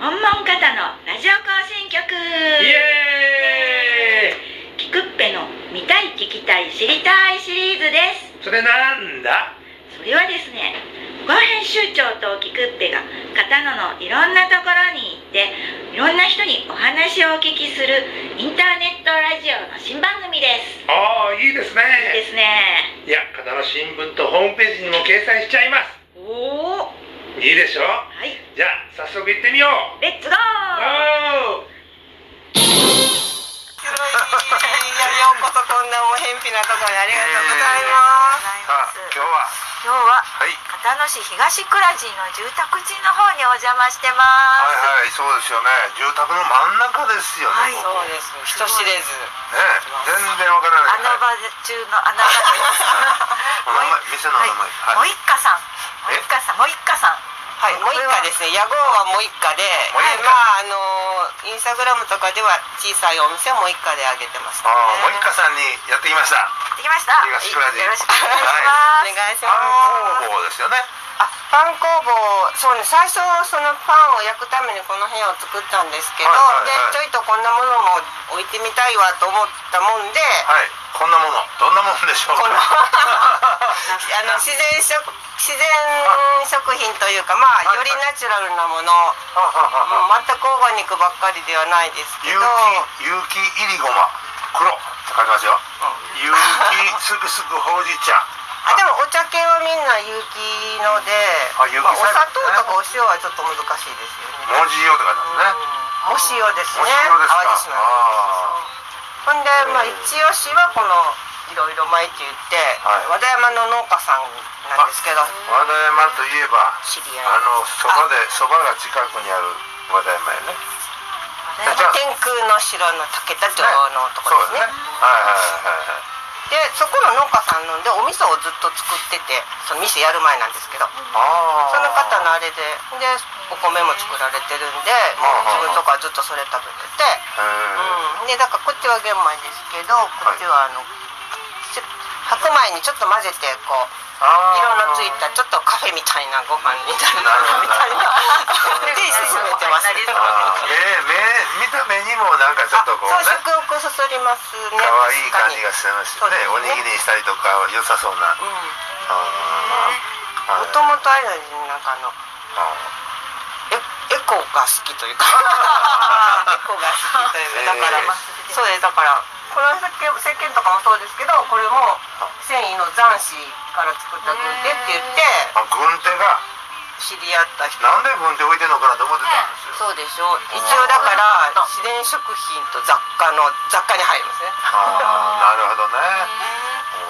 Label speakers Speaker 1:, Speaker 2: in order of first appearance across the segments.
Speaker 1: 門門方のラジオ更新曲
Speaker 2: イエー
Speaker 1: キクッペの見たい聞きたい知りたいシリーズです
Speaker 2: イそれなんだ
Speaker 1: それはですねご編集長とキクッペが片野のいろんなところに行っていろんな人にお話をお聞きするインターネットラジオの新番組です
Speaker 2: ああいいですね
Speaker 1: いいですね
Speaker 2: いや片野新聞とホームページにも掲載しちゃいま
Speaker 1: おおは
Speaker 2: すいいでしょ
Speaker 1: い
Speaker 2: じゃあ早速行ってみよう
Speaker 1: レッツゴー
Speaker 2: おー
Speaker 3: すごいねみんなようこそこんなおへんぴなとこにありがとうございます。
Speaker 2: さあ今日は
Speaker 3: 今日は
Speaker 4: はい、
Speaker 3: 片野市東倉地の住宅地の方にお邪魔してま
Speaker 4: はいはい
Speaker 3: す。
Speaker 4: そうですよね住宅の真ん中ですよね、ここね
Speaker 3: す。人知れず。
Speaker 4: 全然わからない
Speaker 3: 穴場中の穴
Speaker 4: お名
Speaker 3: 場で
Speaker 4: 前
Speaker 3: す。
Speaker 4: 店の名前、
Speaker 3: もう一家さん。もう一家さん。もう一家さん。
Speaker 5: はい、もう一家ですね。屋号はもう一家で、
Speaker 4: もう一家
Speaker 5: はい、まああのーインスタグラムとかでは小さいお店はもう一家であげてます、ね。
Speaker 4: ああもう一家さんにやってきました
Speaker 3: 行ってきました。よろ
Speaker 4: 東
Speaker 3: し
Speaker 4: 倉地
Speaker 3: くお
Speaker 5: お
Speaker 3: 願いし
Speaker 5: 願
Speaker 3: ま
Speaker 5: い
Speaker 3: す。
Speaker 5: し
Speaker 4: パン
Speaker 5: ます。
Speaker 4: 工房ですよね
Speaker 5: あ、パン工房、そうね。最初そのパンを焼くためにこの部屋を作ったんですけど、
Speaker 4: はいはいはい
Speaker 5: でちょいとこんなものも置いてみたいわと思ったもんで、
Speaker 4: はいこんなものどんなもんでしょう
Speaker 5: この
Speaker 4: か
Speaker 5: あの自然食自然食品というかまあ
Speaker 4: はい
Speaker 5: よ
Speaker 4: はい
Speaker 5: りナチュラルなもの、
Speaker 4: はははは
Speaker 5: もう全くオーガニックばっかりではないです け
Speaker 4: 有機
Speaker 5: ど。
Speaker 4: 有機いりごま黒って書きますよ、有機すぐすぐほうじ茶
Speaker 5: あでもお茶系はみんな有機ので、
Speaker 4: あ有機
Speaker 5: まあお砂
Speaker 4: 栽
Speaker 5: 糖
Speaker 4: 培ね
Speaker 5: とかお塩はちょっと難しいですよね。
Speaker 4: 文字用って書いてますね、
Speaker 5: うんも塩です
Speaker 4: 文
Speaker 5: ね。
Speaker 4: 字用ですか
Speaker 5: 淡路島の。
Speaker 4: あ
Speaker 5: ほんでまあ一押しはこのいろいろ米って言って、
Speaker 4: はい
Speaker 5: 和田山の農家さんなんですけど、
Speaker 4: ー和田山といえば
Speaker 5: 知り
Speaker 4: あ
Speaker 5: 合い。
Speaker 4: のそばでそばが近くにある和田山やね
Speaker 5: 和田山天空の城の竹田城のとこ
Speaker 4: そう
Speaker 5: です
Speaker 4: ですね
Speaker 5: ね。
Speaker 4: はい
Speaker 5: でそこの農家さんのでお味噌をずっと作ってて、その店やる前なんですけど。
Speaker 4: はいはいはいああ
Speaker 5: その方のあれででお米も作られてるんで
Speaker 4: あ
Speaker 5: 自分とかはずっとそれ食べてて、うん、でだからこっちは玄米ですけどこっちはあの、し白米にちょっと混ぜてこう色のついたちょっとカフェみたいなご飯みたいな
Speaker 4: なるほど
Speaker 5: み たいなで進めてます
Speaker 3: なるほ
Speaker 4: あーえー目見た目にもなんかちょっとこう
Speaker 5: そう
Speaker 4: ね
Speaker 5: 食欲そそりますね
Speaker 4: 可愛い感じが
Speaker 5: 確かに
Speaker 4: してますよね
Speaker 5: そう
Speaker 4: お
Speaker 5: です
Speaker 4: に
Speaker 5: ね
Speaker 4: ぎりにしたりとか良さそうな
Speaker 5: うんもともとあれなんですねなんかあのエエコが好きという かエコが好きというかだから、
Speaker 4: えー
Speaker 5: そうですだからこの石鹸石鹸とかもそうですけどこれも繊維の残子から作った軍手って言って
Speaker 4: 軍手が
Speaker 5: 知り合った人
Speaker 4: なんで軍手置いてんのかなと思ってたんですよ
Speaker 5: そうでしょう一応だから自然食品と雑貨の雑貨に入りますね
Speaker 4: ああなるほどね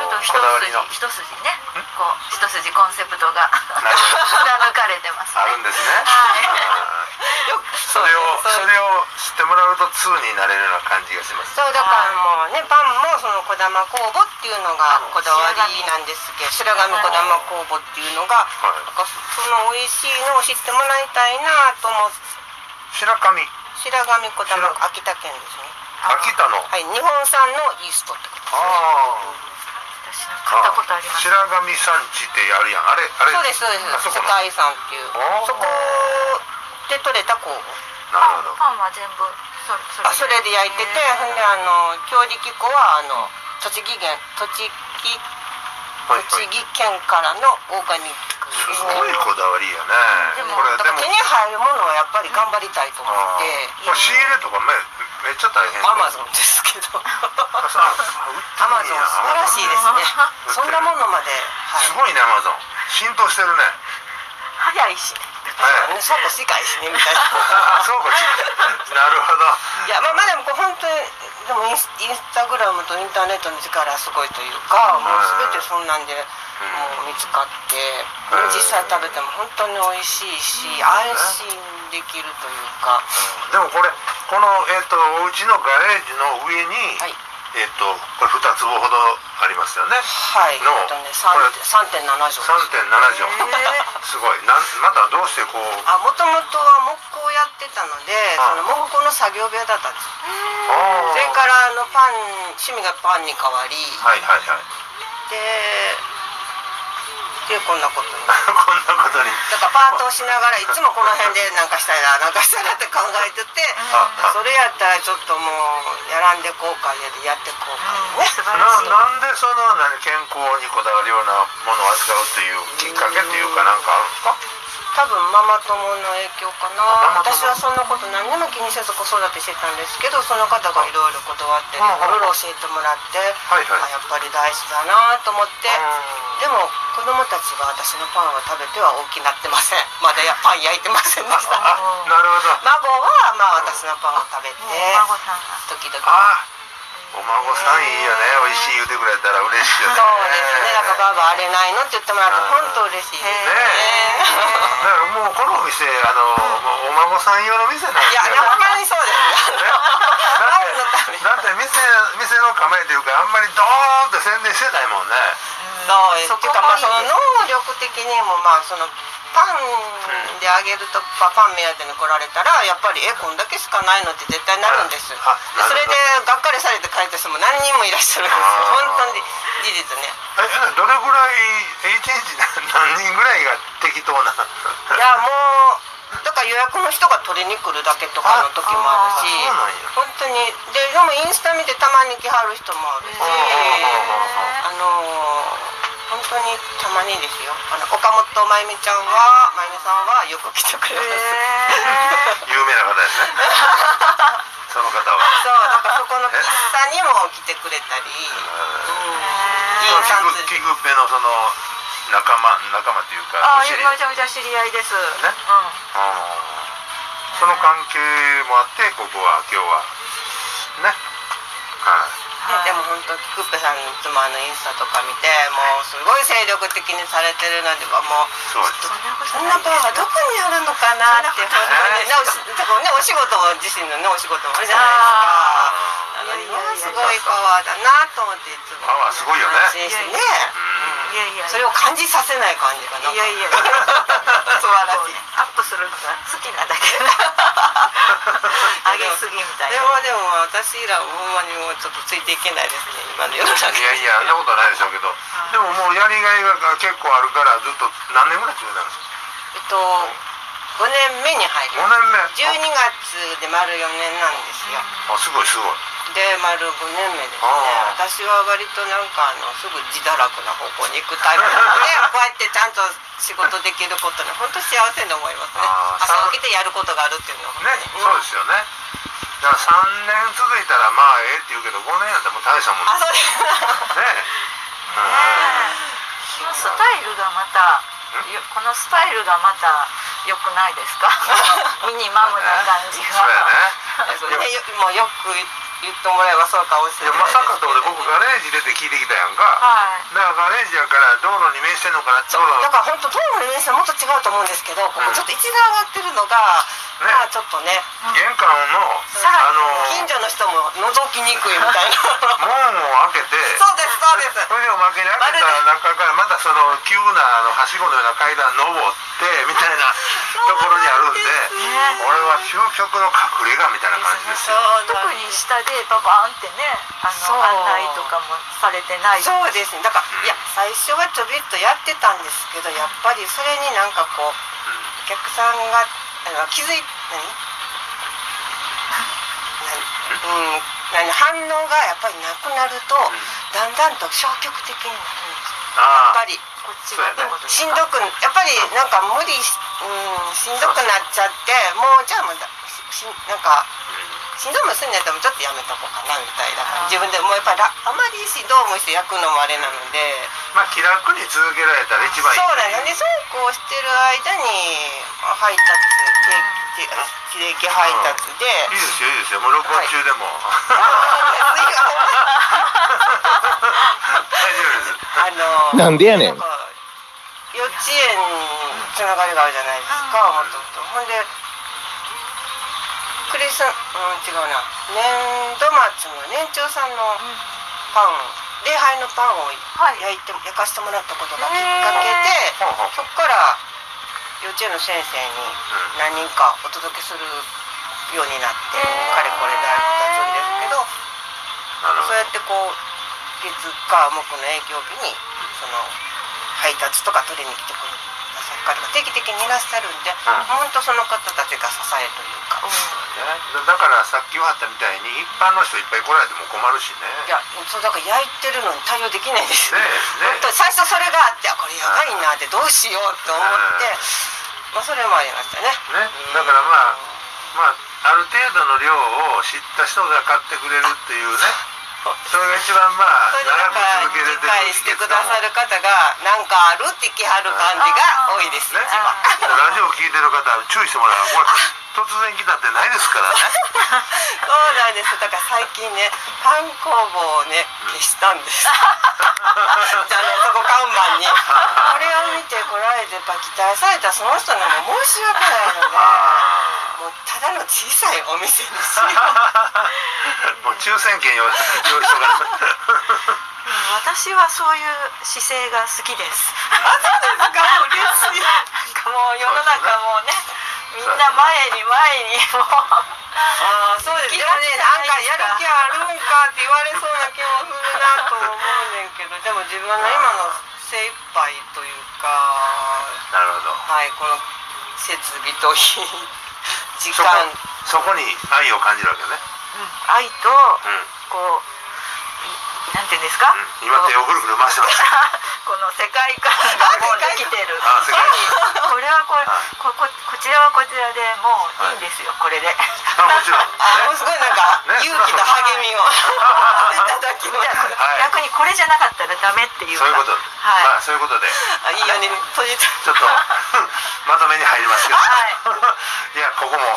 Speaker 1: ちょっと一
Speaker 4: こだわりの
Speaker 1: 筋一筋ねこう一筋コンセプトが貫かれてます
Speaker 4: あ
Speaker 1: ね
Speaker 4: るんですねあー
Speaker 5: よく
Speaker 4: それを
Speaker 5: そう
Speaker 4: それを知ってもらうと通になれるような感じがします
Speaker 5: そうだからもうねパンもそのこだま工房っていうのがこだわりなんですけど白神こだま工房っていうのが
Speaker 4: はい
Speaker 5: なんかその美味しいのを知ってもらいたいなと思って
Speaker 4: 白神
Speaker 5: 白神こだま秋田県ですね
Speaker 4: 秋田のあ
Speaker 5: はい日本産のイーストってこと
Speaker 4: あ
Speaker 1: 私なんか買ったことあります
Speaker 4: 白神山地ってあるやんあれあれ
Speaker 5: そうですそうで
Speaker 4: あそ
Speaker 5: す
Speaker 4: こ
Speaker 5: 世
Speaker 4: の
Speaker 5: 界遺産っていう
Speaker 4: あー
Speaker 5: そこで採れた工房
Speaker 4: なるほど
Speaker 1: パンは全部そ
Speaker 5: あそれで焼いててほんであの強力粉はあの栃木県栃木
Speaker 4: はい
Speaker 5: 栃木県からのオーガニックですす
Speaker 4: ごい
Speaker 5: ね
Speaker 4: こだわりやね
Speaker 1: でも
Speaker 4: これ
Speaker 5: だ
Speaker 4: で
Speaker 5: から
Speaker 4: も
Speaker 5: 手に入るものはやっぱり頑張りたいと思
Speaker 4: あ
Speaker 5: って
Speaker 4: ーこれ仕入れとかめめっちゃ大変
Speaker 5: アマゾンですけどア
Speaker 4: あそうあ売っ
Speaker 5: マ
Speaker 4: てんや
Speaker 5: ゾン素晴らしいですねそんなものまで、はい
Speaker 4: すごいねアマゾン浸透してるね
Speaker 1: 早いしね
Speaker 4: はい
Speaker 5: そうか世界しねみたいな
Speaker 4: あそうかちなるほど
Speaker 5: いやまあまあでもこう本当にでもインスインスタグラムとインターネットの力はすごいというかもう全てそんなんでもう見つかって
Speaker 4: うん
Speaker 5: 実際食べても本当に美味しいし安心できるというか
Speaker 4: でもこれこのえっ、とお家のガレージの上に、
Speaker 5: はい
Speaker 4: えっ、とこれ2坪ほどありますよね
Speaker 5: はい
Speaker 4: の
Speaker 5: えっとね3.7
Speaker 4: これ
Speaker 5: 畳です
Speaker 4: 3.7畳すごいなんまたどうしてこうあ
Speaker 5: あもともとは木工やってたので
Speaker 4: は
Speaker 5: そ
Speaker 4: い
Speaker 5: の木工の作業部屋だったんです
Speaker 4: ー
Speaker 5: それからあのパン趣味がパンに変わり
Speaker 4: はいはいはい
Speaker 5: でででこんなことに
Speaker 4: こんなことに
Speaker 5: だからパートをしながらいつもこの辺でなんかしたいななんかしたいなって考えててそれやったらちょっともうやらんでこうかねやってこうかね
Speaker 3: 素晴
Speaker 4: な
Speaker 3: らしい
Speaker 4: なんでその何健康にこだわるようなものを扱うというきっかけというかなんかあるんですか
Speaker 5: 多分ママ友の影響か
Speaker 4: あマ
Speaker 5: な
Speaker 4: マ友
Speaker 5: 私はそんなこと何にも気にせず子育てしてたんですけどその方がいろいろこだわってい
Speaker 4: うん
Speaker 5: ろいろ教えてもらって、
Speaker 4: はいはい
Speaker 5: あやっぱり大事だなと思って
Speaker 4: うん
Speaker 5: でも子供たちは私のパンを食べては大きなってませんまだやパン焼いてませんでした
Speaker 4: あなるほど
Speaker 5: 孫はまあ私のパンを食べて
Speaker 3: もう孫さんが
Speaker 5: 時々
Speaker 4: あお孫さんいいよね美味しい言うてくれたら嬉しいよね
Speaker 5: そうですねなんかバーバーあれないのって言ってもらうと本当嬉しいです
Speaker 4: ね
Speaker 5: ね
Speaker 4: だからもうこのお店あの、もうお孫さん用の店なんで
Speaker 5: い
Speaker 4: す
Speaker 5: や
Speaker 4: よ
Speaker 5: ほんまにそうです ね
Speaker 4: だってだって店店の構えというかあんまりドーンと宣伝してないもんね
Speaker 5: そうです
Speaker 3: そ
Speaker 5: て
Speaker 3: こ
Speaker 5: かま
Speaker 3: が
Speaker 5: あその能力的にもまあそのパンであげるとかパン目当てに来られたらやっぱりえこんだけしかないのって絶対なるんですで
Speaker 4: あなるほど
Speaker 5: それでがっかりされて帰った人も何人もいらっしゃるんです
Speaker 4: あー
Speaker 5: 本当に事実ね
Speaker 4: えどれぐらい一日何人ぐらいが適当な
Speaker 5: いやもうだから予約の人が取りに来るだけとかの時もある
Speaker 4: あ
Speaker 5: し
Speaker 4: あー
Speaker 5: 本当にででもインスタ見てたまに来はる人もあるし
Speaker 4: うんうんうんうん
Speaker 5: あのー、本当にたまにですよあの岡本真由美ちゃんは真由美さんはよく来てくれます、
Speaker 4: 有名な方です ねその方は
Speaker 5: そうだからそこの喫茶にも来てくれたり、
Speaker 4: そ
Speaker 5: 銀
Speaker 4: の
Speaker 5: さん
Speaker 4: キグキグッペのその仲間仲間というか
Speaker 3: あ
Speaker 4: お知り合
Speaker 3: め
Speaker 4: い
Speaker 3: ちゃめちゃ知り合いです、
Speaker 4: ね
Speaker 3: う
Speaker 4: う
Speaker 3: ん
Speaker 4: んその関係もあってここは今日はねはい
Speaker 5: ででも本当キクッペさんいつもあのインスタとか見てもうすごい精力的にされてるのではもう
Speaker 4: そうです
Speaker 3: そんなこと
Speaker 5: そん
Speaker 3: な
Speaker 5: ないパンはどこにあるのかなって本当にねおしだからねお仕事自身のねお仕事もあるじゃないですかなのにわあすごいパワーだなと思っていつも
Speaker 4: パワーすごいよね
Speaker 5: 安心してね
Speaker 3: いやいや
Speaker 5: それを感じさせない感じが
Speaker 3: い
Speaker 5: な
Speaker 3: や
Speaker 5: ん
Speaker 3: い
Speaker 5: か
Speaker 3: やい や
Speaker 5: 素晴らしい
Speaker 3: アップするのが好きなだけ 上げすぎみたい
Speaker 5: で
Speaker 3: な
Speaker 5: もでも私らほんまにもうちょっとついていけないですね今の世の中
Speaker 4: いやいやそんなことないでしょうけどでももうやりがいが結構あるからずっと何年ぐらい続いたんですか
Speaker 5: えっと5年目に入り
Speaker 4: 5
Speaker 5: ます
Speaker 4: 年
Speaker 5: 12
Speaker 4: 目
Speaker 5: 月で丸4年なんですよ
Speaker 4: あすごいすごい
Speaker 5: で丸5年目ですね
Speaker 4: ああ
Speaker 5: 私は割となんかあのすぐ自堕落な方向に行くタイプなので こうやってちゃんと仕事できることに本当幸せに思いますね
Speaker 4: ああ
Speaker 5: 朝起きてやることがあるっていうのは
Speaker 4: ねそうですよねだから3年続いたらまあええって言うけど5年やったらもう大したもん
Speaker 5: あ
Speaker 4: ね
Speaker 5: そうです
Speaker 3: このスタイルがまたよこのスタイルがまた良くないです かミニマムな感じ
Speaker 4: そうやね
Speaker 5: ね
Speaker 3: が
Speaker 4: いやい
Speaker 5: よもうよく言ってもらえばそうかもしれ
Speaker 4: や
Speaker 5: ない
Speaker 4: まさかと俺
Speaker 5: ですけど
Speaker 4: 僕ガレージ出て聞いてきたやんか
Speaker 3: はい
Speaker 4: だからガレージやから道路に面してんのかな道路
Speaker 5: だから本当どうもねもっと違うと思うんですけど、ここちょっと一段上がってるのが、
Speaker 4: ね
Speaker 5: まあちょっとね、
Speaker 4: 玄関の
Speaker 3: さら
Speaker 4: あ
Speaker 3: に
Speaker 5: 近
Speaker 4: の
Speaker 5: 所の人も覗きにくいみたい
Speaker 4: 門
Speaker 5: な。
Speaker 4: を開けて
Speaker 5: そうですそうです。
Speaker 4: それでおまけに開けた中からまたその急なあのはしごのような階段登ってみたい なところにあるんで
Speaker 3: ね
Speaker 4: 俺は究極の隠れ家みたいな感じですよ
Speaker 3: 特に下でババーンってねあ
Speaker 5: そう
Speaker 3: の案内とかもされてない
Speaker 5: そうですね。だからいや最初はちょびっとやってたんですけど、やっぱりそれになんかこうお客さんがあの気づい何？何？うん。何反応がやっぱりなくなると、だんだんと消極的になるんですよやっ
Speaker 4: あ
Speaker 5: ぱ
Speaker 4: あ
Speaker 5: り
Speaker 3: こっちがってことで
Speaker 5: し
Speaker 3: す
Speaker 5: ん
Speaker 3: か
Speaker 5: どくやっぱりなんか無理し,、うん、しんどくなっちゃってもうじゃあもうだししなんかしんどいもすんやったらもうちょっとやめとこうかなみたいな
Speaker 3: あー
Speaker 5: 自分でもうやっぱりらあまりしんどいもして焼くのもあれなので
Speaker 4: まあ気楽に続けられたら一
Speaker 5: そう
Speaker 4: 番いい
Speaker 5: だよねそうこうしてる間に配達定期定期定期配達で、
Speaker 4: いいですよいいですよもう録音中でも、
Speaker 5: あ
Speaker 4: 大丈夫
Speaker 5: ー
Speaker 4: です
Speaker 5: あの
Speaker 6: なんでやねん
Speaker 5: か幼稚園につながりがあるじゃないですかもともとほんでクリスうん違うな年度末の年長さんの
Speaker 3: うん
Speaker 5: パン礼拝のパンを
Speaker 3: はい
Speaker 5: 焼いて焼かしてもらったことがきっかけで
Speaker 4: ほうほう
Speaker 5: そっから幼稚園の先生に何人かお届けするようになって
Speaker 3: へー
Speaker 5: かれこれだいぶ経つんですけど
Speaker 4: なるほ
Speaker 5: そう
Speaker 4: ど
Speaker 5: やってこう月火木の営業日にその配達とか取りに来てくれなさる方が定期的にいらっしゃるんで、
Speaker 4: ん
Speaker 5: 本当その方たちが支えというか、
Speaker 4: だだからさっき言わはったみたいに一般の人いっぱい来られても困るしね
Speaker 5: いやそうだから焼いてるのに対応できないですよ
Speaker 4: ね
Speaker 5: ね
Speaker 4: えねえ
Speaker 5: 本当に最初それがあってあこれやばいなってどうしようと思って、まあ、それもありましたね
Speaker 4: ねだからまあまあある程度の量を知った人が買ってくれるっていうねそれが一番まあ
Speaker 5: それだから
Speaker 4: 長く続け
Speaker 5: 理
Speaker 4: れて
Speaker 5: 解
Speaker 4: る
Speaker 5: して
Speaker 4: 秘訣
Speaker 5: くだ
Speaker 4: かも
Speaker 5: さる方がなんかあるって来はる感じが多いです
Speaker 4: ね、
Speaker 5: 一番
Speaker 4: ラジオ聞いてる方注意してもらうこれ突然来たってないですからね
Speaker 5: そうなんですだから最近ねパン工房をね消したんです じゃあねそこ看板にこれを見て来られてやっぱ期待されたその人にも申し訳ないのでもうただの小さいお店にしよ う
Speaker 4: もう抽選券用意してもらう
Speaker 3: 私はそういう姿勢が好きです。
Speaker 5: なんか嬉しい
Speaker 3: なんかもう世の中もうね、みんな前に前にもう。
Speaker 5: ああそうですねなんかやる気あるんかって言われそうな気もするなと思うねんけどでも自分の今の精一杯というか
Speaker 4: なるほど
Speaker 5: はいこの設備といい時
Speaker 4: そ
Speaker 5: 間
Speaker 4: こそこに愛を感じるわけね、
Speaker 3: 愛と
Speaker 4: うん
Speaker 3: こういなんていうんですか、
Speaker 4: うん、今手をぐるぐる回してます
Speaker 3: この世界観がもうできてる
Speaker 4: あ世界
Speaker 3: これはこれこここちらはこちらでもういいんですよ、これで。
Speaker 4: あもちろん
Speaker 5: あもうすごいなんか
Speaker 4: ね
Speaker 5: 勇気と励みをいただきました
Speaker 4: はい
Speaker 3: 逆にこれじゃなかったらダメっていう
Speaker 4: そ
Speaker 3: か
Speaker 4: ういうこと、
Speaker 3: はい、
Speaker 4: まあそういうことで
Speaker 5: あいいよね閉じた
Speaker 4: ちょっとまとめに入りますけど、
Speaker 3: はい
Speaker 4: 、やここも